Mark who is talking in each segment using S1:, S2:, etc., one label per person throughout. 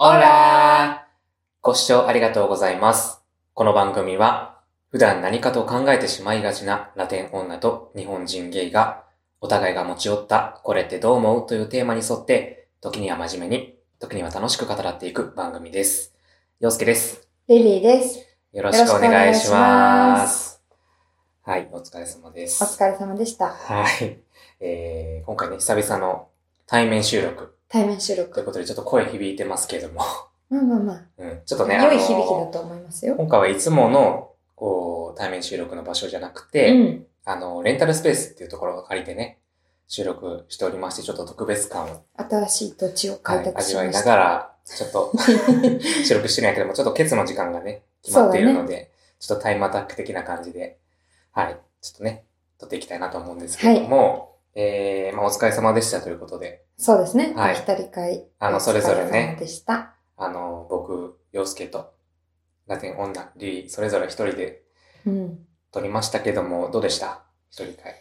S1: オラご視聴ありがとうございます。この番組は、普段何かと考えてしまいがちなラテン女と日本人ゲイが、お互いが持ち寄った、これってどう思うというテーマに沿って、時には真面目に、時には楽しく語らっていく番組です。洋介です。
S2: リリーです。
S1: よろしくお願いします。はい、お疲れ様です。
S2: お疲れ様でした。はい。
S1: えー、今回ね、久々の対面収録
S2: 対面
S1: と
S2: 収
S1: い
S2: 録
S1: う。ことで、ちょっと声響いてますけれども、
S2: まあまあまあ。
S1: うん、ちょっとね、
S2: 良い響きだ
S1: あの
S2: と思いますよ。
S1: 今回はいつもの、こう、対面収録の場所じゃなくて、
S2: うん。
S1: あの、レンタルスペースっていうところを借りてね、収録しておりまして、ちょっと特別感を、
S2: 新しい土地を
S1: は
S2: 開
S1: い、
S2: 拓
S1: 味
S2: し
S1: わい
S2: まし
S1: な
S2: た。
S1: がら、ちょっ と収録してないけども、ちょっとケツの時間がね、決まっているので、ちょっとタイムアタック的な感じで、はい、ちょっとね、撮っていきたいなと思うんですけれども、えー、まあお疲れ様でしたということで、
S2: そうですね。
S1: はい
S2: お二人会。
S1: あのそれぞれね
S2: お疲様でした。
S1: あの、僕、洋介と、ラテン女、リリー、それぞれ一人で
S2: うん。
S1: 撮りましたけども、どうでした一人会。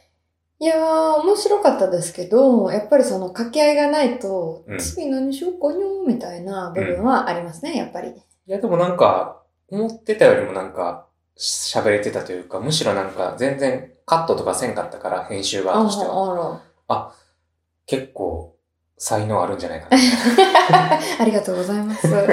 S2: いやー、面白かったですけど、やっぱりその掛け合いがないと
S1: うん、
S2: 次何しようかにょーみたいな部分はありますね、やっぱり。
S1: いや、でもなんか、思ってたよりもなんか、喋れてたというか、むしろなんか、全然カットとかせんかったから、編集側としては。
S2: あ
S1: 結構、才能あるんじゃない かな。ち
S2: ら。 ありがとうござい ます。う
S1: ょっ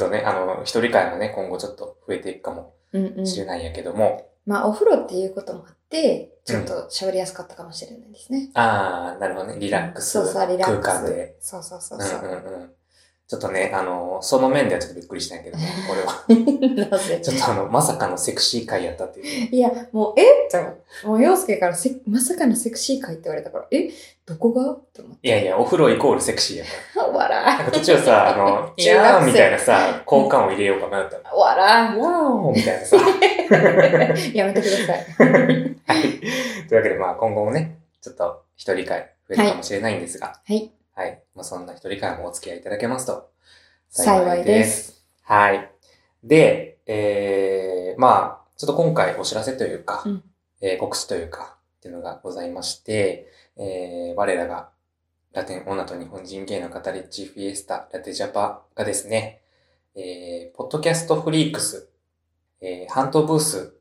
S1: とね、あの、一人会もね、今後ちょっと増えていくかも
S2: んうん。
S1: しれないんやけども、
S2: まあ、お風呂っていうこともあって、ちょっと喋りやすかったかもしれないですね。
S1: あー、なるほどね、リラックス
S2: そうそうリラ
S1: 空
S2: ックス
S1: 間で。
S2: そうそうそううんそう。
S1: うんうん。ちょっとね、あの、その面ではちょっとびっくりしたんやけどね、これ は。
S2: なぜ
S1: ちょっとあの、まさかのセクシー会やったっていう。
S2: いや、もう、えってもう、洋介からせ、まさかのセクシー会って言われたから、えどこがって思っ
S1: いやいや、お風呂イコールセクシーやから。
S2: た。 笑
S1: なんか途中 さ、あの、い
S2: 中学
S1: やー
S2: 生
S1: みたいなさ、交換を入れようかなと思っ
S2: い。笑
S1: た。わーおみたいなさ。はい。
S2: い。やめてください。
S1: と いうわけで、まあ今後もね、ちょっと一人会増えるかもしれないんですが、
S2: はい。
S1: はい。まあそんな一人会もお付き合いいただけますと
S2: 幸いで。す。
S1: はい。で、えー、まあ、ちょっと今回お知らせというか、
S2: うん
S1: えー告知というか、っていうのがございまして、えー、我らが、ラテン女と日本人芸の語り地フィエスタ、ラテジャパがですね、えー、ポッドキャストフリークス、えー、半島ブース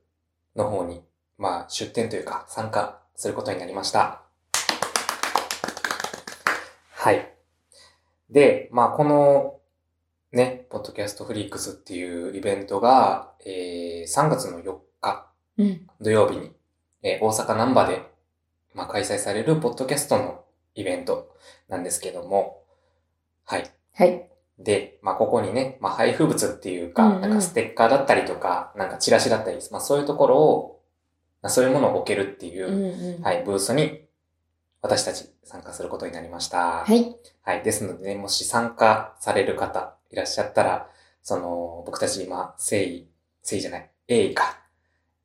S1: の方に、まあ、出展というか、参加することになりました。はい。で、まあ、この、ね、ポッドキャストフリークスっていうイベントが、えー、3月の4日
S2: うん。
S1: 土曜日に、えー大阪難波で、まあ、開催されるポッドキャストのイベントなんですけども、はい。
S2: はい。
S1: で、まあ、ここにね、まあ、配布物っていうか、
S2: うんうん
S1: なんかステッカーだったりとか、なんかチラシだったり、まあ、そういうところを、まあ、そういうものを置けるっていうう、
S2: んうん。。
S1: はいい、ブースに、私たち参加することになりました。
S2: はい。
S1: はい。ですのでね、もし参加される方いらっしゃったら、その、僕たち今、誠意、誠意じゃない、鋭意か。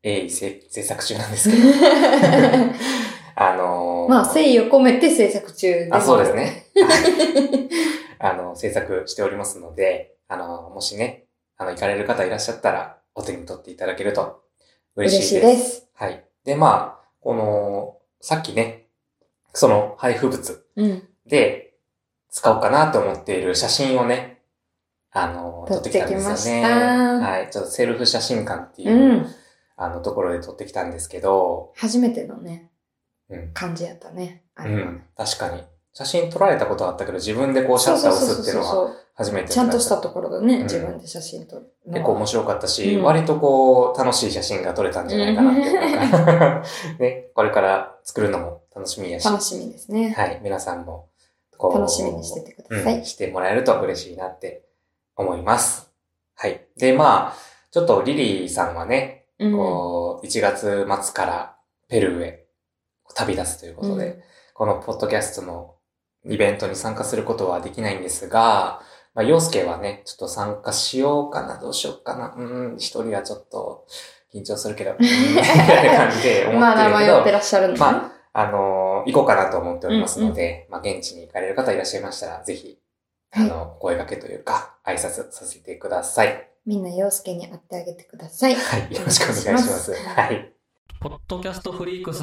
S1: 鋭意制制作中なんですけど。 あのー
S2: まあ、誠意を込めて制作中です。
S1: あ、そうです。 ね。あの、制作しておりますので、あの、もしね、あの、行かれる方いらっしゃったら、お手に取っていただけると嬉
S2: 嬉
S1: しい
S2: し
S1: で
S2: い
S1: す。
S2: です。
S1: はい。で、まあ、この、さっきね、その配布物
S2: うん。
S1: で、使おうかなと思っている写真をね、あの、撮
S2: 撮
S1: っ
S2: ってて
S1: き
S2: き
S1: た
S2: た
S1: ん
S2: ん
S1: で
S2: ですす
S1: よ
S2: よね
S1: ね。はい。ちょっとセルフ写真館っていう、
S2: うん。
S1: あの、ところで撮ってきたんですけど、
S2: 初めてのね
S1: うん、
S2: 感じやったね。あ
S1: う
S2: れは
S1: ん。確かに。写真撮られたことはあったけど、自分でこうシャッターを押すっていうのは
S2: そうそうそうそう
S1: 初めてだ
S2: ちゃんとしたところだね、
S1: うん
S2: 自分で写真撮るのは。
S1: 結構面白かったし、
S2: うん
S1: 割とこう、楽しい写真が撮れたんじゃないかなっていうか、 ね、これから作るのも楽しみやし、
S2: 楽しみですね。
S1: はい、皆さんも、こう、
S2: 楽しみにしててくださ
S1: うん、
S2: い。
S1: してもらえると嬉しいなって思います。はい。で、まあ、ちょっとリリーさんはね、
S2: うん
S1: こう、1月末からペルーへ旅立つということで、
S2: うん
S1: このポッドキャストのイベントに参加することはできないんですが、まあ、洋介はね、ちょっと参加しようかな、どうしようかな、うん、一人はちょっと緊張するけど、うんみたいな感じで思
S2: ま
S1: ってる
S2: だ
S1: け
S2: 迷
S1: ど
S2: って、らっしゃるのね。
S1: まあの行こうかなと思っておりますので、まあ、現地に行かれる方いらっしゃいましたら、ぜひ、あ
S2: はい
S1: の、お声掛けというか、挨拶させてください。
S2: みんな陽介に会ってあげてください。
S1: はい、よろしくお願いします。はい。
S3: ポッドキャストフリークス。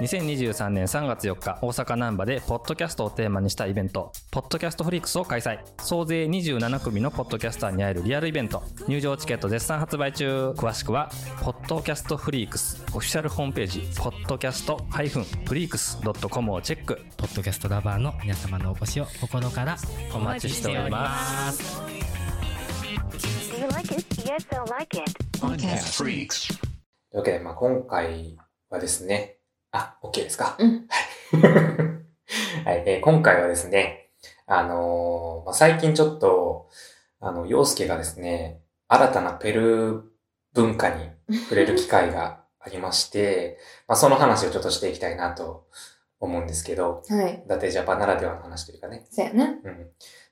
S3: 2023年3月4日大阪難波でポッドキャストをテーマにしたイベント「ポッドキャストフリークス」を開催総勢27組のポッドキャスターに会えるリアルイベント入場チケット絶賛発売中詳しくは「ポッドキャストフリークス」オフィシャルホームページ「ポッドキャスト -freaks.com」をチェック
S4: ポッドキャストラバーの皆様のお越しを心から
S3: お待ちしております
S5: Do you like it? Yes, I like it.
S6: Podcast Freaks.
S1: というわけで、まあ、今回はですね、あ、OK ですか、
S2: うん
S1: はい、はいえー今回はですね、あのーまあ、最近ちょっと、あの、洋介がですね、新たなペルー文化に触れる機会がありまして、 まあ、その話をちょっとしていきたいなと思うんですけど、
S2: はい。
S1: 伊達ジャパンならではの話というかね。
S2: そうやな。
S1: うん。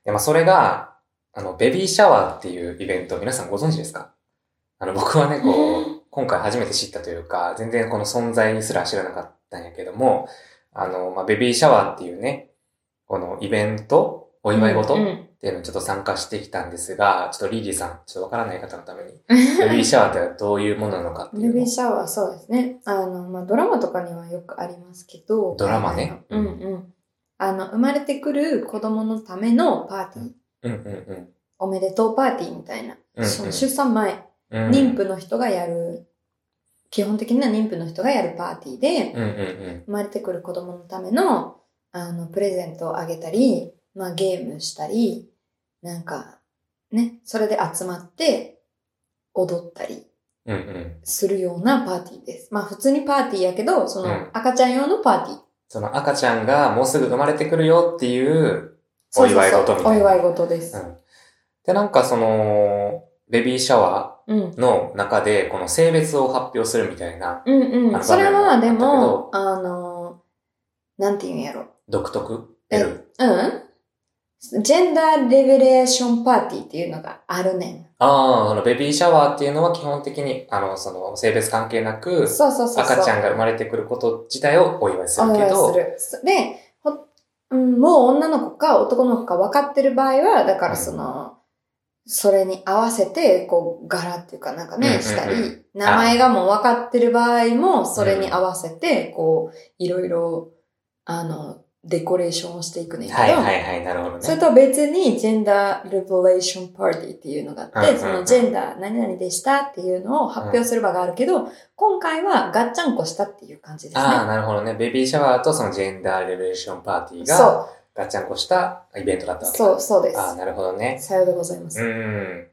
S1: で、まあ、それが、あの、ベビーシャワーっていうイベント、皆さんご存知ですかあの、僕はね、こう、今回初めて知ったというか、全然この存在にすら知らなかったんやけども、あの、まあ、ベビーシャワーっていうね、このイベント、お祝い事
S2: うんう
S1: っ
S2: ん
S1: ていうのにちょっと参加してきたんですが、ちょっとリリーさん、ちょっとわからない方のために、ベビーシャワーってのはどういうものなのかってい
S2: ベ
S1: う
S2: ビ
S1: の
S2: ーシャワーそうですね。あの、まあ、ドラマとかにはよくありますけど。
S1: ドラマね
S2: あのうんうん。あの、生まれてくる子供のためのパーティー、
S1: うんうんうん。
S2: おめでとうパーティーみたいな。
S1: うんうん
S2: その出産前、
S1: うん
S2: 妊婦の人がやる、基本的には妊婦の人がやるパーティーで、
S1: うんうんうん。
S2: 生まれてくる子供のための、あの、プレゼントをあげたり、まあゲームしたり、なんか、ね、それで集まって踊ったり
S1: うんうん。
S2: するようなパーティーです。まあ普通にパーティーやけど、そ
S1: うん
S2: の赤ちゃん用のパーティー。
S1: その赤ちゃんがもうすぐ生まれてくるよっていうお祝い
S2: そう
S1: 事
S2: そう
S1: み
S2: そう
S1: た
S2: お
S1: いな。
S2: 祝い事で
S1: う
S2: す。
S1: ん。で、なんかその、ベビーシャワ
S2: うん。
S1: ーの中で、この性別を発表するみたいな
S2: うんう
S1: あ
S2: ん。
S1: の
S2: それはでも、
S1: 場
S2: あの、なんて言うんやろ。
S1: 独特
S2: え
S1: ペルー
S2: うんジェンダーレベレーションパーティーっていうのがあるねん。
S1: ああ、そのベビーシャワーっていうのは基本的に、あの、その性別関係なく、
S2: そうそうそうそう。
S1: 赤ちゃんが生まれてくること自体をお祝いす
S2: お
S1: るけ
S2: 願い
S1: ど、
S2: する。で、ほうんもう女の子か男の子か分かってる場合は、だからその、それに合わせて、こう、柄っていうかなんか
S1: うんうんう
S2: ね、
S1: ん
S2: したり、
S1: あ
S2: 名前がもう分かってる場合も、それに合わせて、こう、いろいろ、あの、デコレーションをしていくねんけど、
S1: はいはいはい、なるほど
S2: それ
S1: ね。
S2: とは別に、ジェンダーレボレーションパーティーっていうのがあっ
S1: うんうんうん
S2: て、そのジェンダー何々でしたっていうのを発表する場があるけど、今回はガッチャンコしたっていう感じですね。
S1: ああ、なるほどね。ベビーシャワーとそのジェンダーレベレーションパーティー
S2: そう
S1: が、。ガッチャンコしたイベントだったわけだ
S2: そう、そうで
S1: ああ、
S2: す。
S1: なるほどね。
S2: さようでございま
S1: う
S2: す。
S1: ん。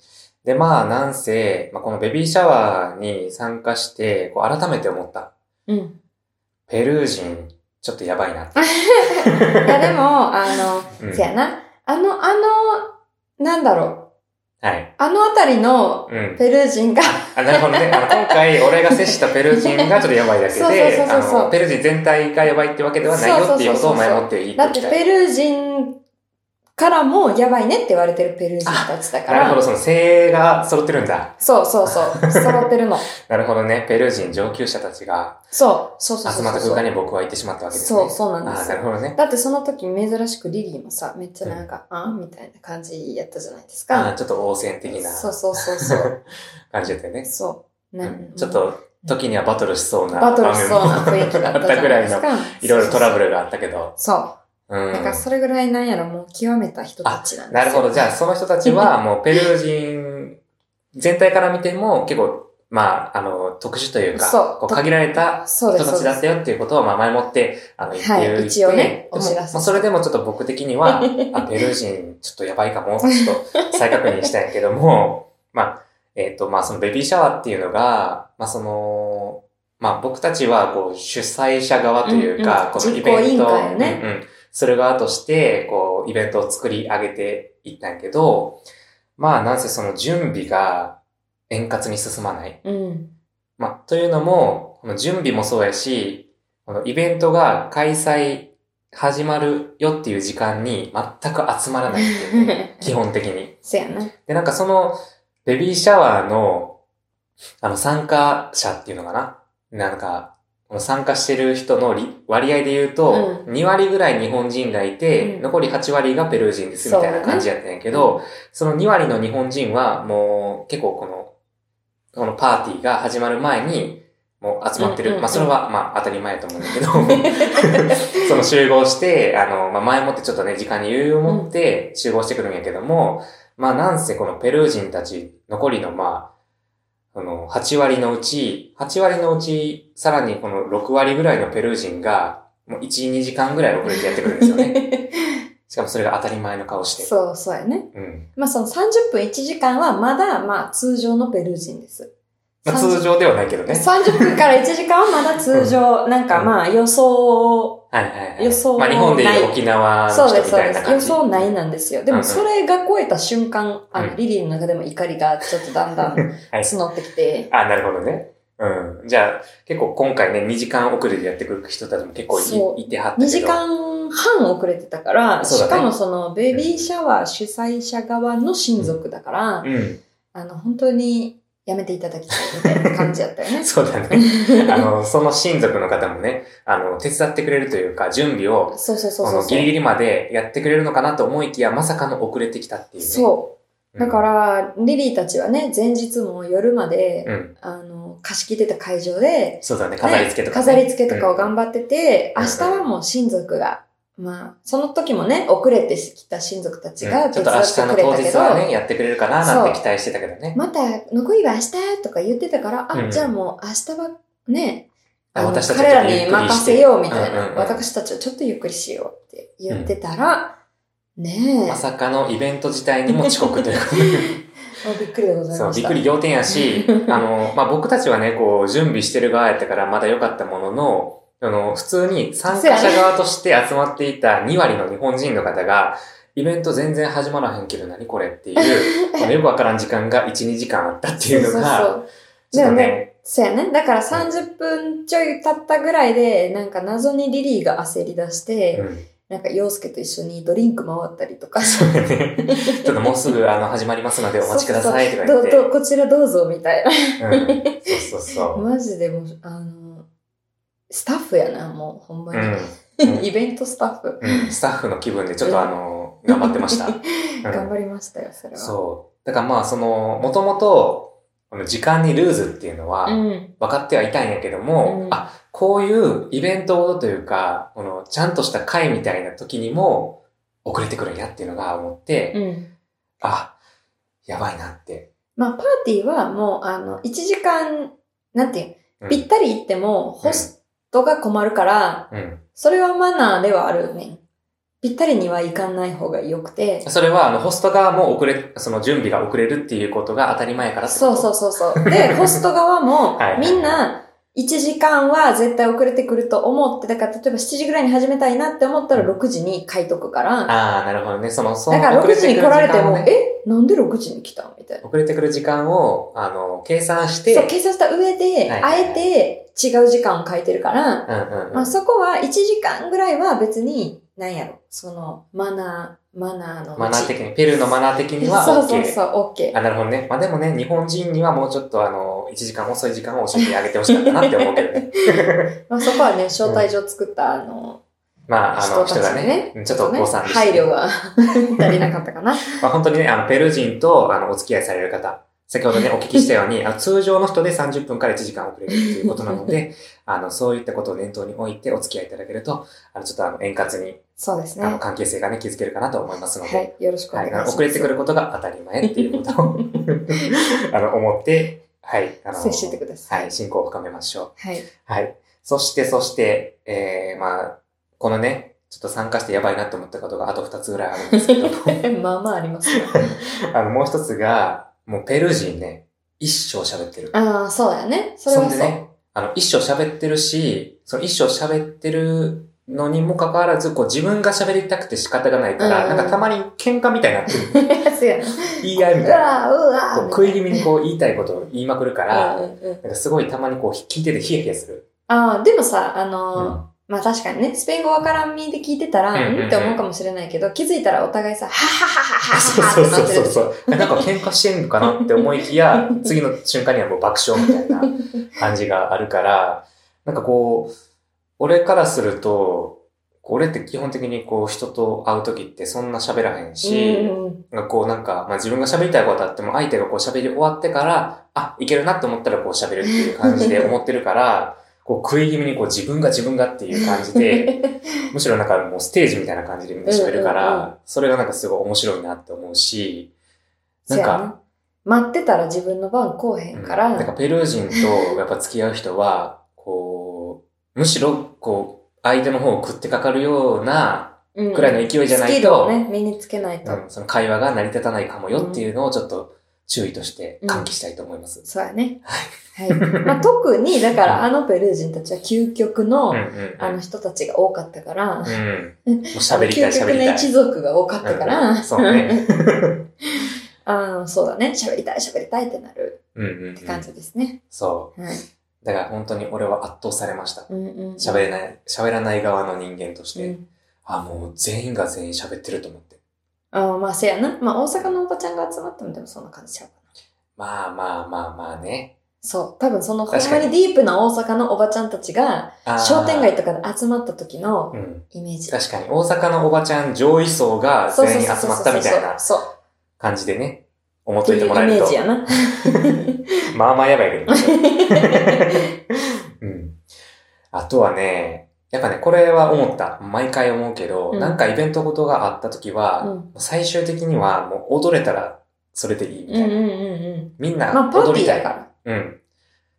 S1: で、まあ、なんせ、まあ、このベビーシャワーに参加して、こう、改めて思った。
S2: うん。
S1: ペルー人、ちょっとやばいなって。
S2: いや、でも、あ
S1: う
S2: の、
S1: ん
S2: せやな。あの、あの、なんだろ
S1: はい。
S2: う。あのあたりの
S1: うん。
S2: ペルー人が、
S1: あ、なるほどね。あの、今回、俺が接したペルー人がちょっとやばいだけで、
S2: そうそ
S1: あ
S2: うそうそう
S1: の、ペルー人全体がやばいってわけではないよっていうことを前もって言って
S2: だ
S1: お
S2: っ
S1: き
S2: て
S1: たい。
S2: ペルー人からもやばいねって言われてるペルー人たちだか
S1: なるほど、
S2: ら。
S1: その、性が揃ってるんだ。
S2: そう そうそう。揃ってるの。
S1: なるほどね。ペルー人上級者たちが
S2: そう、そうそうそ
S1: 集
S2: う。
S1: まった空間に僕は行ってしまったわけですね。
S2: そう、そうなん
S1: あ
S2: で
S1: あ、
S2: す
S1: なる
S2: よ。
S1: ほどね。
S2: だってその時珍しくリリーもさ、めっちゃなんか、あんみたいな感じやったじゃないです
S1: ああ、
S2: か。
S1: ちょっと応戦的な
S2: そうそうそ うそう。
S1: 感じだったよね。
S2: そう。
S1: う
S2: なん
S1: ちょっと、時にはバトルしそうな
S2: バトルしそうな 雰囲気だ
S1: あ
S2: っ
S1: った
S2: じ
S1: た
S2: ゃ
S1: ぐ
S2: ない
S1: ら
S2: で
S1: い
S2: す
S1: の、
S2: か。
S1: いろいろトラブ
S2: ル。
S1: ルがあったけど。
S2: そう。
S1: うん。
S2: だからそれぐらいなんやろ、もう極めた人たちなんですよ。
S1: なるほど。じゃあ、その人たちは、もう、ペルー人全体から見ても、結構、まあ、あの、特殊というか、
S2: そう
S1: こう限られた
S2: そう
S1: 人
S2: です。
S1: たちだっ
S2: そう
S1: た
S2: で
S1: よっていうことを、まあ、前もって、あの、言って、
S2: はい
S1: 言って
S2: 一応ね
S1: でも
S2: お知らせ
S1: まあ、それでもちょっと僕的に は、あ、ペルー人、ちょっとやばいかも、ちょっと再確認したいけども、 まあ、えっ、と、まあ、そのベビーシャワーっていうのが、まあ、その、まあ、僕たちは、こう、主催者側という
S2: うん
S1: か
S2: う、ん
S1: このイベン
S2: 実
S1: ト、
S2: 行委員会をね
S1: うんうんする側として、こう、イベントを作り上げていったんやけど、まあ、なんせその準備が円滑に進まない。
S2: すうん。
S1: まあ、というのも、この準備もそうやし、このイベントが開催始まるよっていう時間に全く集まらないっていうね基本的に。
S2: せやな。
S1: で、なんかその、ベビーシャワーの、あの、参加者っていうのかななんか、この参加してる人のり割合で言うと、2割ぐらい日本人がいて、
S2: うん
S1: 残り8割がペルー人ですみたいな感じやったんやけど、その2割の日本人はもう結構この、このパーティーが始まる前に、も集まってる。
S2: うんうんうん
S1: まあ、それは、まあ、当たり前やと思うんだ けど、 その集合して、あの、まあ、前もってちょっとね、時間に余裕を持って集合してくるんやけども、まあ、なんせこのペルー人たち、残りの、まあ、あの、8割のうち、8割のうち、さらにこの6割ぐらいのペルー人が、もう1、2時間ぐらい遅れてやってくるんですよ ね。しかもそれが当たり前の顔して。
S2: そう、そうやね。
S1: うん。
S2: まあその30分1時間はまだ、まあ通常のペルー人です。
S1: まあ、
S2: 30
S1: 通常ではないけどね。
S2: 30分から1時間はまだ通常、なんかまあ予想、
S1: はいはいはい。
S2: 予想
S1: まあ、日本でいう沖縄の
S2: そうで
S1: 人
S2: す、
S1: み
S2: そう
S1: たい
S2: で
S1: な
S2: す。
S1: 感
S2: 予
S1: じ。
S2: 想ないなんですよ。で
S1: うんう
S2: も
S1: ん
S2: それが超えた瞬間、あ
S1: う
S2: の、
S1: ん
S2: リリーの中でも怒りがちょっとだんだん
S1: はい
S2: 募ってきて、
S1: あ、なるほどね。うん。じゃあ、結構今回ね、2時間遅れでやってくる人たちも結構
S2: そう
S1: いいてはったけど。
S2: 2時間半遅れてたから、
S1: そうだ
S2: し
S1: ね
S2: かもそのベビーシャワー主催者側の親族だから、
S1: うん。
S2: あの、本当にやめていただきたいみたいな感じだった よね。
S1: そう だね。あの、その親族の方もね、あの、手伝ってくれるというか、準備を、
S2: そうそうそう
S1: こ
S2: そう
S1: の
S2: そ
S1: ギリ
S2: う。
S1: ギリまでやってくれるのかなと思いきや、まさかの遅れてきたっていうね。
S2: そう
S1: ん
S2: う。だか、ら、リリーたちはね、前日も夜まで、
S1: うん。
S2: あの、貸し切ってた会場で、
S1: そうだね、飾り付けとか、ね
S2: 飾り付けとかを頑
S1: っ
S2: 張ってて、
S1: うん
S2: 明日はもう親族が、まあ、その時もね、遅れてきた親族たちが
S1: ちょ
S2: 手
S1: っと
S2: 伝
S1: 明
S2: って
S1: 日の
S2: くれ
S1: 当
S2: たけ
S1: 日
S2: ど、
S1: はね、やってくれるかななんて
S2: そう
S1: 期待してたけどね。
S2: また残りは明日とか言ってたから、あ、
S1: うん
S2: じゃあもう明日はね、
S1: あ
S2: あの
S1: 私たちは
S2: 彼ら
S1: ちょっとゆっくりして
S2: に任せようみたいな、
S1: うんうんうん
S2: 私たちはちょっとゆっくりしようって言ってたら、ねえ、
S1: まさかのイベント自体にも遅刻 ということで。
S2: もうびっくりでございました。
S1: そう、びっくり仰天や し、あの、まあ、僕たちはね、こう、準備してる側やったからまだ良かったものの、あの、普通に参加者側として集まっていた2割の日本人の方が、イベント全然始まらへんけど何これって いう、このよくわからん時間が1、2時間あったっていうの
S2: そうそ
S1: が、
S2: う
S1: ちょっと
S2: でも
S1: ね、
S2: そうやね。だから30分ちょい経ったぐらいで、なんか謎にリリーが焦り出して、
S1: うん
S2: なんか陽介と一緒にドリンク回ったりとか。
S1: そうやねちょっともうすぐあの始まります のでお待ちくださいとか言って。
S2: ど
S1: う
S2: うどうこちらどうぞみたいな。
S1: んそうそう そ
S2: マジでもう、あの、スタッフやな、もう、ほんま
S1: う。う
S2: に。
S1: ん。うん
S2: イベントスタッフ。
S1: うんスタッフの気分でちょっとあの、頑張ってま した。
S2: 頑張りましたよ、それは。
S1: そう。だからまあ、その、もともと、この時間にルーズっていうのは、
S2: うん。
S1: 分かってはいたんやけども、
S2: うん
S1: あ、こういうイベントごとというか、この、ちゃんとした会みたいな時にも、遅れてくるんやっていうのが思って、
S2: うん。
S1: あ、やばいなって。
S2: まあ、パーティーはもう、あの、1時間、なんていう
S1: うん
S2: ぴったり行っても、ホストが困るから、
S1: うん。
S2: それはマナーではあるね。ぴったりには行かない方が良くて。
S1: それは、あの、ホスト側も遅れ、その準備が遅れるっていうことが当たり前やからってこ
S2: そ
S1: と
S2: うそうそうそう。で、ホスト側も
S1: はい、
S2: みんな、1時間は絶対遅れてくると思って、だから例えば7時ぐらいに始めたいなって思ったら6時に書いとくから、
S1: ああ、なるほどね。その、その
S2: だから
S1: 遅
S2: 6
S1: れて
S2: 時
S1: く
S2: に
S1: る
S2: 来られて
S1: 時間を
S2: も、
S1: ね
S2: え、なんで6時に来たみたいな。
S1: 遅れてくる時間を、あの、計算して、
S2: そう、計算した上で、
S1: はいはいはい
S2: あえて違う時間を書いてるから、
S1: うんうんうん。
S2: まあそこは1時間ぐらいは別に、なんやろ、その、マナー、マナーのうち。
S1: マナー的に、ペルーのマナー的には OK。
S2: そうそうそう、OK。
S1: あ、なるほどね。まあでもね、日本人にはもうちょっとあの、1時間遅い時間を教えてあげてほしかったなって思うけどね。
S2: まあ、そこはね、招待状作った、あの、
S1: まあ、あ
S2: 人
S1: の、
S2: たち
S1: 人が
S2: に
S1: ね
S2: ね、、
S1: ちょっと誤算でした、
S2: 配慮が 足りなかったかな。
S1: まあ本当にね、あの、ペルー人と、あの、お付き合いされる方、先ほどね、お聞きしたように、あの通常の人で30分から1時間遅れるっていうことなの で、あの、そういったことを念頭に置いてお付き合いいただけると、あの、ちょっとあの、円滑に、
S2: そうですね。
S1: あの、
S2: は
S1: 関係性がね、築けるかなと思いますので、
S2: い、よろしくお
S1: は
S2: 願い
S1: い、
S2: し
S1: あ
S2: ま
S1: の
S2: す。
S1: 遅れてくることが当たり前っていうこと をあの思って、はい、あの
S2: 接してください
S1: はい、進行を深めましょ
S2: はい。
S1: う。はい。そして、そして、えー、まあ、このね、ちょっと参加してやばいなと思ったことがあと2つぐらいあるんですけ ど、
S2: まあまあありますよ。
S1: あの、もう一つが、もうペルー人ね、一生喋ってる。
S2: ああ、そうだよね。それ
S1: そ
S2: は
S1: ん
S2: そ
S1: で
S2: う。
S1: ね、あの、一生喋ってるし、その一生喋ってるのにもかかわらず、こう自分が喋りたくて仕方がないから、
S2: うん
S1: なんかたまに喧嘩みたいになってる。
S2: そうやね。
S1: 言い合いみ
S2: う
S1: たいな。
S2: わうわ
S1: こう食い気味にこう言いたいことを言いまくるから、
S2: うんうんうん
S1: なんかすごいたまにこう聞いててヒヤヒヤする。
S2: ああ、でもさ、あのー
S1: うん
S2: まあ確かにね、スペイン語わからんみで聞いてたら、
S1: うんうんうん
S2: んって思うかもしれないけど、気づいたらお互い さ、はははは
S1: そう
S2: はは
S1: そう
S2: は
S1: そう
S2: ってな
S1: そう
S2: ってる。
S1: そう。なんか喧嘩してんのかなって思いきや、次の瞬間にはもう爆笑みたいな感じがあるから、なんかこう、俺からすると、俺って基本的にこう人と会う時ってそんな喋らへんし、
S2: うん
S1: がこうなんか、まあ、自分が喋りたいことあっても相手がこう喋り終わってから、あ、いけるなって思ったらこう喋るっていう感じで思ってる から、こう食い気味にこう自分が自分がっていう感じで、 むしろなんかもうステージみたいな感じでみんな喋るか
S2: うんうんうん
S1: ら、それがなんかすごい面白いなって思うし、
S2: そ
S1: なん
S2: や
S1: か、
S2: な待ってたら自分の番来おへんか
S1: う
S2: ら、
S1: んなんかペルー人とやっぱ付き合う人は、こう、むしろこう、相手の方を食ってかかるような
S2: うん
S1: くらいの勢いじゃな
S2: ス
S1: い
S2: キル
S1: と、
S2: をね、身につけないと。
S1: うん、その会話が成り立たないかもよっていうのをちょっと注意として喚起したいと思います。
S2: そうや ね。はい。まあ、特に、だからあのペルー人たちは究極の、
S1: うんうんうん
S2: あの人たちが多かったか
S1: うん、も
S2: ら、
S1: う喋りたい
S2: 究
S1: 喋
S2: 極
S1: り
S2: の
S1: た
S2: 一
S1: い。
S2: 族が多かったから、
S1: うんそうね
S2: あのそうだね。喋りたい、喋りたいってなる
S1: うんうんうん
S2: って感じですね。
S1: そ
S2: はい。
S1: う。だから本当に俺は圧倒されました。
S2: うんうん。
S1: 喋れない、喋らない側の人間として、
S2: うん
S1: あ、もう全員が全員喋ってると思って。
S2: ああまあ、せやな。まあ、大阪のおばちゃんが集まってもでもそんな感じちゃうかな。
S1: まあまあまあまあね。
S2: そう。多分その、ほ
S1: 確
S2: んま
S1: かに
S2: にディープな大阪のおばちゃんたちが、
S1: あー
S2: 商店街とかで集まった時の
S1: うん。
S2: イメージ。
S1: 確かに大阪のおばちゃん上位層が全員集まったみたいな
S2: そう。
S1: 感じでね、思っ
S2: って
S1: とい
S2: いう
S1: て
S2: イ
S1: もらえる
S2: メー
S1: と
S2: ジ。やな。
S1: まあまあやばいけど。うん。あとはね、やっぱね、これは思った。毎回思うけど、
S2: うん
S1: なんかイベントことがあった時は、
S2: うん
S1: 最終的にはもう踊れたらそれでいいみ
S2: う
S1: たい
S2: んうん
S1: な。
S2: うんうん。
S1: みん
S2: まあ、
S1: な
S2: パー
S1: 踊
S2: テ
S1: り
S2: ィー
S1: た
S2: だ
S1: い。
S2: から。
S1: うん。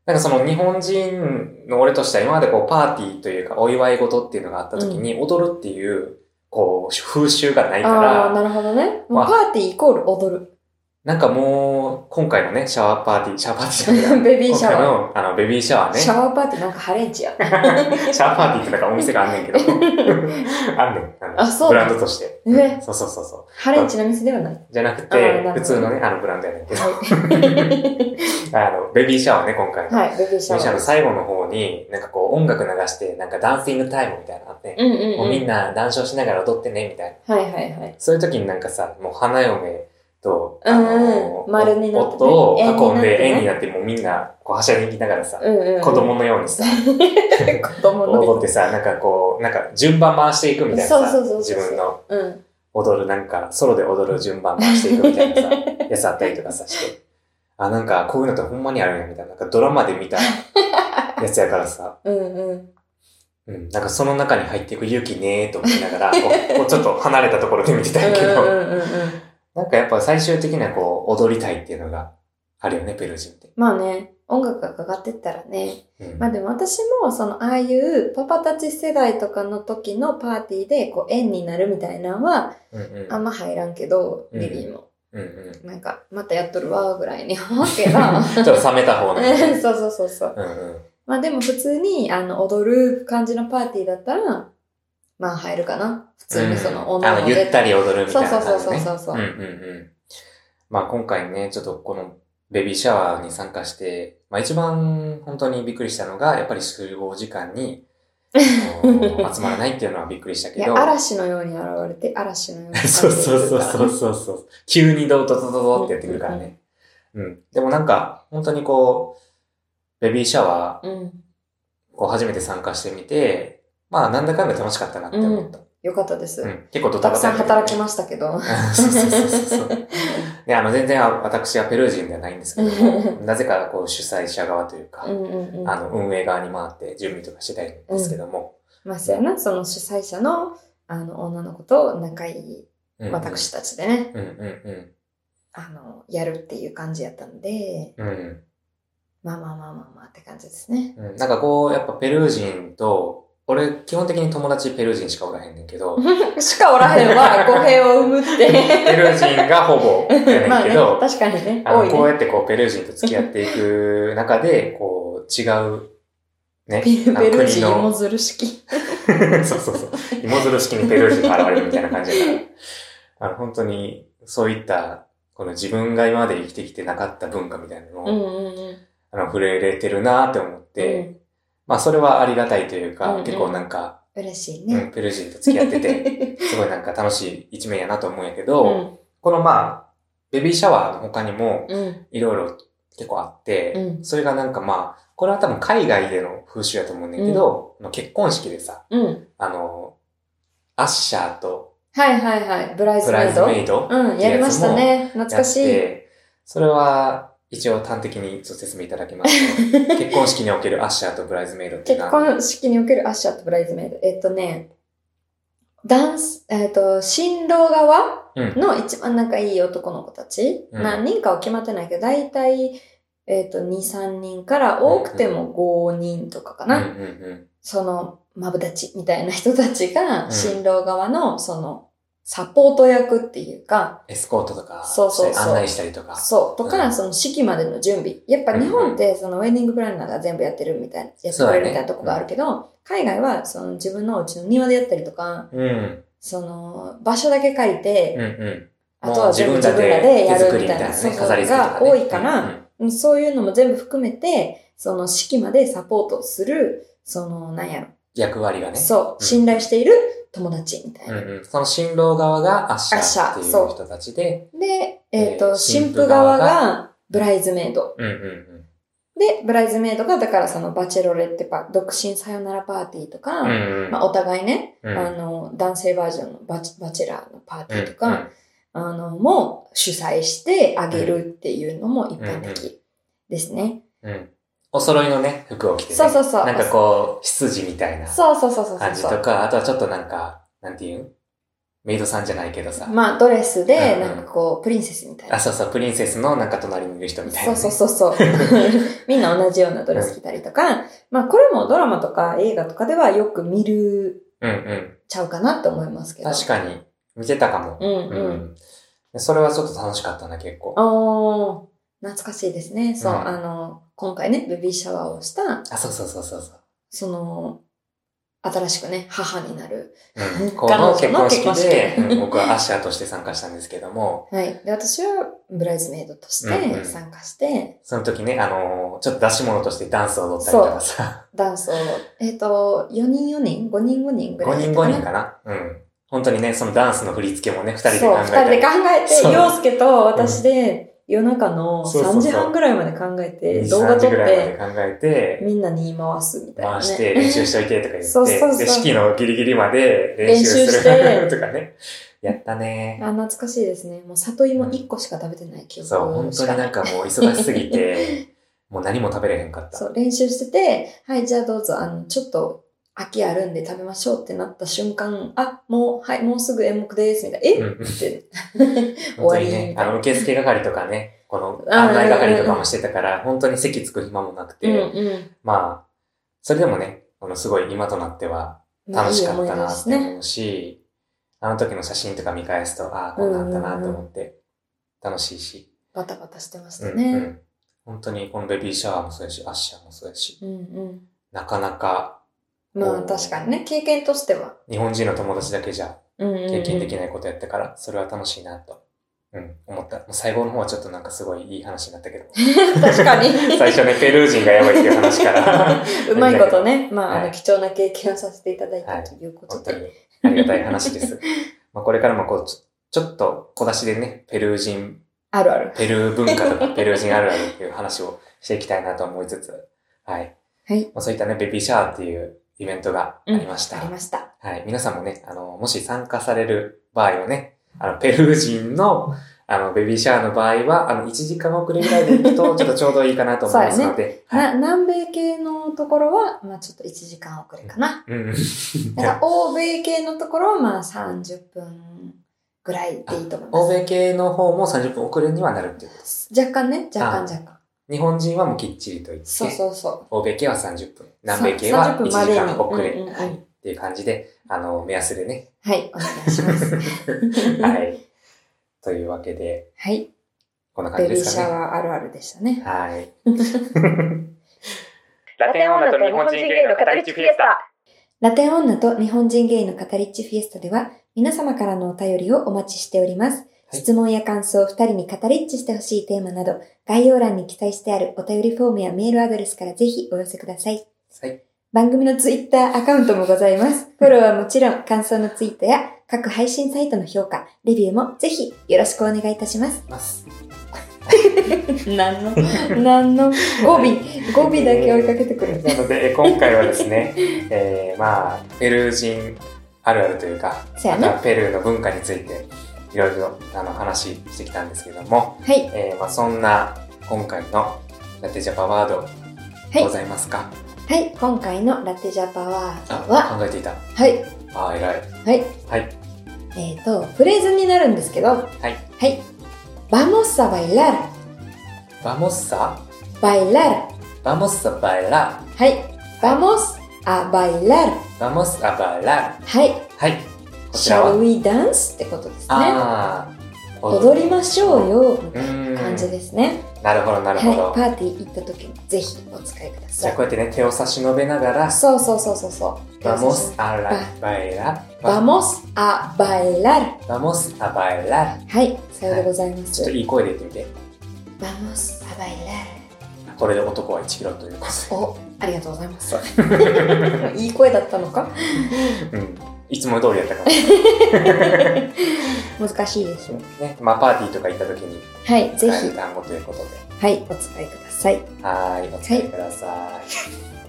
S1: なんかその日本人の俺としては今までこうパーティーというかお祝い事っていうのがあった時に踊るっていう、こう風習がないか
S2: ああー、
S1: ら、
S2: なるほどね。
S1: ま
S2: も
S1: あ
S2: うパーティーイコール踊る。
S1: なんかもう今回のね、シャワーパーティー、シャワーパーティーじゃない
S2: ベビーシャワー
S1: 今回のあのベビーシャワーね。
S2: シャワーパーティーなんかハレンチや。
S1: シャワーパーティーってなんかお店があんねん けど。あんねん。あの
S2: あそう
S1: ブ
S2: な
S1: ラ
S2: の
S1: ンドとして。
S2: ね
S1: そうそうそうそ
S2: ハレンチの店ではない。
S1: う。じゃなく
S2: あー
S1: て
S2: なるほ、ど
S1: 普通のね、あのブランドやねんけど。
S2: は
S1: あの、ベビーシャワーね、今回
S2: い。
S1: の。
S2: はい、ベビーシ
S1: ベ
S2: ャ
S1: ビーシャワ
S2: ワ
S1: ーの
S2: ー。
S1: 最後の方に、なんかこう音楽流して、なんかダンシングタイムみたいなのあって、
S2: うんうん
S1: もうみん
S2: うん。
S1: な談笑しながら踊ってね、みたいな。
S2: はいはいはい。
S1: そういう時になんかさ、もう花嫁と、
S2: うんうん
S1: の
S2: 丸になってね
S1: 夫を囲んで
S2: 円
S1: 円に
S2: に
S1: なって、もうみんなこうはしゃぎながらさ、
S2: うんうんうん。
S1: 子供のように さ、
S2: 子供
S1: 踊っ
S2: の。
S1: てさ、なんかこう、なんか順番回していくみたいな
S2: そうそ
S1: さ
S2: う、そうそ
S1: 自
S2: う
S1: 分の
S2: うん。
S1: 踊るなんか、ソロで踊る順番回していくみたいな さ、やつあったりとかさして。あ、なんかこういうのってほんまにあるんや、みたいな。なんかドラマで見たやつやからさ、
S2: うんうん。
S1: うん、なんかその中に入っていく勇気ねーと思いながら、こうこうちょっと離れたところで見てたんやけ
S2: うんうん
S1: ど、
S2: うんうん。
S1: なんかやっぱ最終的にはこう、踊りたいっていうのがあるよね、ペルー人って。
S2: まあね、音楽がかかってったらね。
S1: うん
S2: まあでも私も、その、ああいうパパたち世代とかの時のパーティーで、こう、円になるみたいなのは、
S1: うんうん
S2: あんま入らんけど、
S1: うん
S2: リリーも。
S1: うんうん
S2: なんか、またやっとるわ、ぐらいに思うけど。
S1: ちょっと冷めた方の。
S2: うんそうそうそうそう。
S1: うんうん
S2: まあでも普通に、あの、踊る感じのパーティーだったら、まあ入るかな。普通にその、
S1: うんあ
S2: 女の
S1: の
S2: 子
S1: ゆ
S2: で。
S1: ったり踊るみたいな感じ、ね。
S2: そうそうそうそうそう
S1: うんうんうん。まあ今回ね、ちょっとこのベビーシャワーに参加して、まあ一番本当にびっくりしたのが、やっぱり集合時間 に、あの集まらないっていうのはびっくりした
S2: い
S1: け
S2: や、
S1: ど。
S2: 嵐のように現れて、嵐のように去っていく
S1: そうそうそうそう
S2: か
S1: そうそう。急にドドドドドってやってくるからね。うん。でもなんか、本当にこう、ベビーシャワ
S2: らうん。
S1: ーを初めて参加してみて、まあなんだかんだ楽しかったなって思った。
S2: よかったです。
S1: うん。結構ドタ
S2: た
S1: バタ
S2: くさ
S1: や
S2: ん
S1: ったけどね
S2: 働きましたけど。
S1: そうそうそうそう。ね、あの、全然あ私はペルー人ではないんですけども、なぜかこう主催者側というか、
S2: うんうんうん。
S1: あの、運営側に回って準備とかしてたいんですけども、
S2: まあ、そうやな、その主催者の、あの、女の子と仲いい
S1: うん
S2: 私。たちでね、
S1: うんうん
S2: あの、やるっていう感じやったんで、
S1: うん。うん
S2: まあまあまあまあまあって感じですね。
S1: うん。なんかこう、やっぱペルー人と、俺、基本的に友達ペルー人しかおらへんねんけ ど、
S2: しかおらへん わ、語弊を生むっ
S1: ペ
S2: て。
S1: ルー人がほぼやね
S2: まあ
S1: んけ
S2: ね、
S1: ど、
S2: 確かにね、
S1: あ
S2: 多
S1: の、
S2: い
S1: こう
S2: ね。
S1: やってこう、ペルー人と付き合っていく中で、こう、違う、ね、
S2: ペル
S1: あの
S2: ペル
S1: 国
S2: 人
S1: の
S2: 芋づる式。
S1: そうそうそう。芋づる式にペルー人が現れるみたいな感じだから。あの、本当に、そういった、この自分が今まで生きてきてなかった文化みたいなのを、
S2: うんうんうん。
S1: あの、触れれてるなって思って、
S2: うん
S1: まあ、それはありがたいというか、
S2: うんうん
S1: 結構なんか、
S2: 嬉しい
S1: うん
S2: ね。
S1: ペルー人と付き合って て、すごいなんか楽しい一面やなと思うんやけど、
S2: うん
S1: このまあ、ベビーシャワーの他にも、
S2: うん
S1: いろいろ結構あって、
S2: うん
S1: それがなんかまあ、これは多分海外での風習やと思うねんだけど、あの結婚式でさ、
S2: うん
S1: あの、アッシャーと
S2: はいはいはい。ブライズ
S1: ブ
S2: メ
S1: ラ
S2: イ
S1: イ
S2: ド。
S1: ズメイド
S2: うん、やりましたね。懐
S1: や
S2: か
S1: っ
S2: しい。
S1: て、それは一応端的にご説明いただき ますと結婚式におけるアッシャーとブライズメイドっていうの
S2: 結
S1: は
S2: 婚式におけるアッシャーとブライズメイド。えっとね、ダンス、えっと、新郎側
S1: うん。
S2: の一番仲いい男の子たち、
S1: うん
S2: 何人かは決まってないけど、だいたい、えっと、2、3人から多くても5人とかか
S1: うんう
S2: な。
S1: んうん。
S2: その、マブダチみたいな人たち
S1: う
S2: が、
S1: ん
S2: 新郎側の、その、サポート役っていうか、
S1: エスコートとか、
S2: そうそうそう
S1: したり案内したりとか。
S2: そう、と
S1: う
S2: か、
S1: ん
S2: その式までの準備。やっぱ日本って、そのウェディングプランナーが全部やってるみたいな、やってくれるみたいなとこがあるけど、海外は、その自分のうちの庭でやったりとか、
S1: うん。うん
S2: その、場所だけ借りて、
S1: うん。
S2: あとは全部自分らでやるみたいな、そうそうが多いから、うんそういうのも全部含めて、その式までサポートする、その、なんやろ、
S1: 役割がね。
S2: そう、
S1: うん
S2: 信頼している友達みたいな
S1: うん。うん。その新郎側がアッシャ
S2: アッシャー
S1: ーっていう
S2: そう
S1: 人たちで、
S2: で、えっ、
S1: え
S2: と、
S1: ー
S2: 新
S1: 新
S2: 婦側
S1: 婦側
S2: がブライズメイド。
S1: うんうんうん。
S2: で、ブライズメイドが、だからそのバチェロレッテパ、独身さよならパーティーとか、
S1: うんうん
S2: まあ、お互いね、
S1: うん
S2: あの、男性バージョンのバチバチェラーのパーティーとか、
S1: うんうん
S2: あの、も主催してあげるっていうのも一般的ですね。
S1: うん。お揃いのね、服を着てね。
S2: そうそうそう
S1: なんかこう、執事みたいな
S2: そうそうそうそうそう
S1: 感じとか、あとはちょっとなんか、なんていうんメイドさんじゃないけどさ。
S2: まあ、ドレス
S1: う
S2: で、
S1: んうん
S2: なんかこう、プリンセスみたいな。
S1: あ、そうそう、プリンセスのなんか隣にいる人みたいな
S2: そ
S1: ね。
S2: うそうそうそう。 みんな同じようなドレス着たりとか、まあこれもドラマとか映画とかではよく見る
S1: うんうん。
S2: ちゃうかなと思いますけど。
S1: 確かに、見てたかも。
S2: うんうん。
S1: うんそれはちょっと楽しかったな、結構。
S2: おー懐かしいですね。そう、
S1: うん
S2: あの、今回ね、ベビーシャワーをした、
S1: あ、そうそうそうそうそう。
S2: その、新しくね、母になる。
S1: うん、こ
S2: 彼女
S1: の
S2: の
S1: 結婚式で
S2: 結婚式
S1: うん僕はアッシャーとして参加したんですけども、
S2: はい。で、私はブライズメイドとし
S1: うんう
S2: て
S1: ん
S2: 参加して、
S1: その時ね、あのーちょっと出し物としてダンスを踊ったりとかさ、
S2: ダンスを、えっ、と、4人4人 ?5 人5人ぐら
S1: 5
S2: いだ
S1: 人
S2: ったか
S1: 5
S2: な。
S1: 人かな。うん。本当にね、そのダンスの振り付けもね、2人で
S2: そう、
S1: 考
S2: 二
S1: え
S2: 人
S1: た
S2: で
S1: り
S2: 考。え
S1: そ
S2: て、
S1: う
S2: 洋介と私で夜中の
S1: そうそうそ
S2: 3
S1: う
S2: 時半ぐらいまで考えて、
S1: 2
S2: 動画撮
S1: 3
S2: っ
S1: 時ぐらい
S2: て、
S1: まで考えて、
S2: みんなに言い回すみたいな、ね。
S1: 回して練習しといてとか言って、
S2: そうそうそう
S1: で、式のギリギリまで練習する
S2: 練習して
S1: とかね。やったね。
S2: あ、懐かしいですね。もう里芋1個しか食べてない記憶しか
S1: そう、
S2: ない。
S1: 本当になんかもう忙しすぎ て、もう何も食べれへんかった。
S2: そう、練習してて、はい、じゃあどうぞ、あの、ちょっと、空きあるんで食べましょうってなった瞬間、あ、もう、はい、もうすぐ演目です、みたいな。え、
S1: う
S2: っ
S1: ん
S2: て。終
S1: 本当
S2: わり
S1: に
S2: み
S1: ね、
S2: たい
S1: あ
S2: な。
S1: の、受付係とかね、この
S2: あー
S1: 案内係とかもしてたから、本当に席つく暇もなく
S2: う
S1: て、
S2: んうん
S1: まあ、それでもね、このすごい今となっては
S2: まあ。
S1: 楽しか
S2: いい
S1: っ
S2: 思
S1: た
S2: い出で
S1: なっ
S2: す
S1: て
S2: ね。
S1: 思うし、あの時の写真とか見返すと、ああ、こんなんあったなと思って、楽しいし。
S2: バタバタしてまし
S1: う
S2: た
S1: んう
S2: ね。
S1: ん。本当にこのベビーシャワーもそうやし、アッシャーもそうやし、
S2: うんうん。
S1: なかなか
S2: まあ
S1: おー
S2: 確かにね、経験としては。
S1: 日本人の友達だけじゃ
S2: うんうんうん
S1: 経験できないことやったから、それは楽しいなと、うん、思った。もう最後の方はちょっとなんかすごいいい話になったけど。
S2: 確かに。
S1: 最初ね、ペルー人がやばいっていう話 から、
S2: うまいことね、まあ、あ
S1: は
S2: の、
S1: い
S2: 貴重な経験をさせていただい
S1: は
S2: た
S1: い
S2: というこ
S1: 本
S2: と
S1: 当
S2: で。
S1: にありがたい話です。まあこれからもこうちょ、ちょっと小出しでね、ペルー人、
S2: あるある。
S1: ペルー文化とかペルー人あるあるっていう話をしていきたいなと思いつつ、はい。
S2: はい
S1: まあ、そういったね、ベビーシャワーっていうイベントがありました。
S2: ありました。
S1: はい。皆さんもね、あの、もし参加される場合はね、あの、ペルー人の、あの、ベビーシャワーの場合は、あの、1時間遅れぐらいで行くと、ちょっとちょうどいいかなと思いますので、 はい。
S2: な、南米系のところは、まあちょっと1時間遅れかな。
S1: うん。
S2: だから欧米系のところはまあ30分ぐらいでいいと思いま す。
S1: 欧米系の方も30分遅れにはなるっていうことです。
S2: 若干ね、若干
S1: あ
S2: 若干。
S1: 日本人はもうきっちりと言って、
S2: そうそうそ
S1: 欧米系は30分、南米系は
S2: 30
S1: 1
S2: 分
S1: 時
S2: までに
S1: 間遅れ、
S2: うんうんうん
S1: はい、っていう感じで、あの、目安でね。
S2: う。はい、お願いします。
S1: はい。というわけで、
S2: はい、
S1: こんな感じ
S2: ベビ
S1: で
S2: ー
S1: す
S2: シ
S1: か
S2: ャ
S1: ね。
S2: ワーあるあるでしたね。
S1: はい。
S5: ラテン女と日本人ゲイの語り口フィエスタ。
S2: ラテン女と日本人ゲイの語りっちフィエスタでは皆様からのお便りをお待ちしております。
S1: い
S2: 質問や感想、二人に語りっちしてほしいテーマなど、概要欄に記載してあるお便りフォームやメールアドレスからぜひお寄せください。
S1: はい。
S2: 番組のツイッターアカウントもございます。フォローはもちろん感想のツイートや各配信サイトの評価、レビューもぜひよろしくお願いいたし ます。
S1: ます。
S2: 何の、何の語尾、語尾 だけ追いかけてくる。
S1: なので、え今回はですね、えーまあ、ペルー人あるあるというか、
S2: せや
S1: ま
S2: な。
S1: たペルーの文化についていろいろあの話してきたんですけども、
S2: はい。
S1: えーまあ、そんな今回のラテジャパワード
S2: はい
S1: ございますか、
S2: はい。今回のラテジャパワード
S1: あ
S2: は、
S1: 考えていた
S2: はい。
S1: あー偉い
S2: はい。
S1: はい
S2: えっ、ー、と、フレーズになるんですけど、はいはい。vamos a bailar,
S1: バモッサ
S2: bailar.
S1: バモッサバラ
S2: はい。vamos a bailar.
S1: バモッサバラ
S2: はい。
S1: はいこちら
S2: shall
S1: は、
S2: we dance? ってことですね。
S1: ああ
S2: 踊りましょうよ、み
S1: う
S2: たい
S1: ーん
S2: な感じですね。
S1: なるほどなる
S2: は
S1: ほ
S2: い。
S1: ど、
S2: パーティー行った時にぜひお使いくだ
S1: じ
S2: さ
S1: ゃあ
S2: い
S1: こ。うやってね手を差し伸べながら
S2: そうそうそうそうそう。
S1: バモスアラ
S2: バ
S1: バイラ
S2: Vamos a bailar.
S1: バモスアバイラ
S2: はい、さようでございま
S1: ち
S2: す。
S1: ょっといい声で言ってみて
S2: Vamos a bailar.
S1: これで男は1キロというこ
S2: お、ありがとうございます。いい声だったのか
S1: とで、うん、いつも通りやったから
S2: 難しいですね。
S1: ね、まあ、パーティーとか行った時に
S2: はい、ぜ
S1: 使える
S2: ひ、
S1: 単語ということで、
S2: はい、お使いください。
S1: はーい、お使いくださ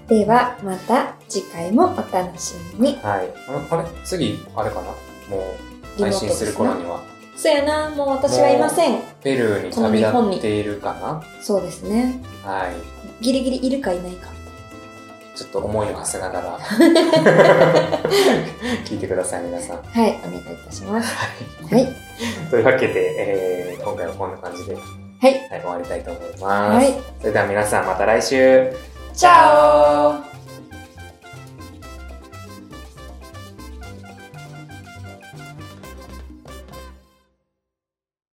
S2: では、また次回もお楽しみに。
S1: い。はい、あれ次、あれかなもう、
S2: リモートで
S1: 配
S2: す
S1: 信する頃には、
S2: そうやな、もう私はいません。
S1: ペルーに旅立っているか
S2: そうですね。
S1: なはい。
S2: ギリギリいるかいないか。
S1: ちょっと思いを馳せなが ら、聞いてください、皆さん。は
S2: はい、お願いいたします。
S1: い。
S2: はい、
S1: というわけで、えー今回はこんな感じで、はい、
S2: はい、
S1: 終わりたいと思います。
S2: はい。
S1: それでは皆さん、また来週
S2: チャオ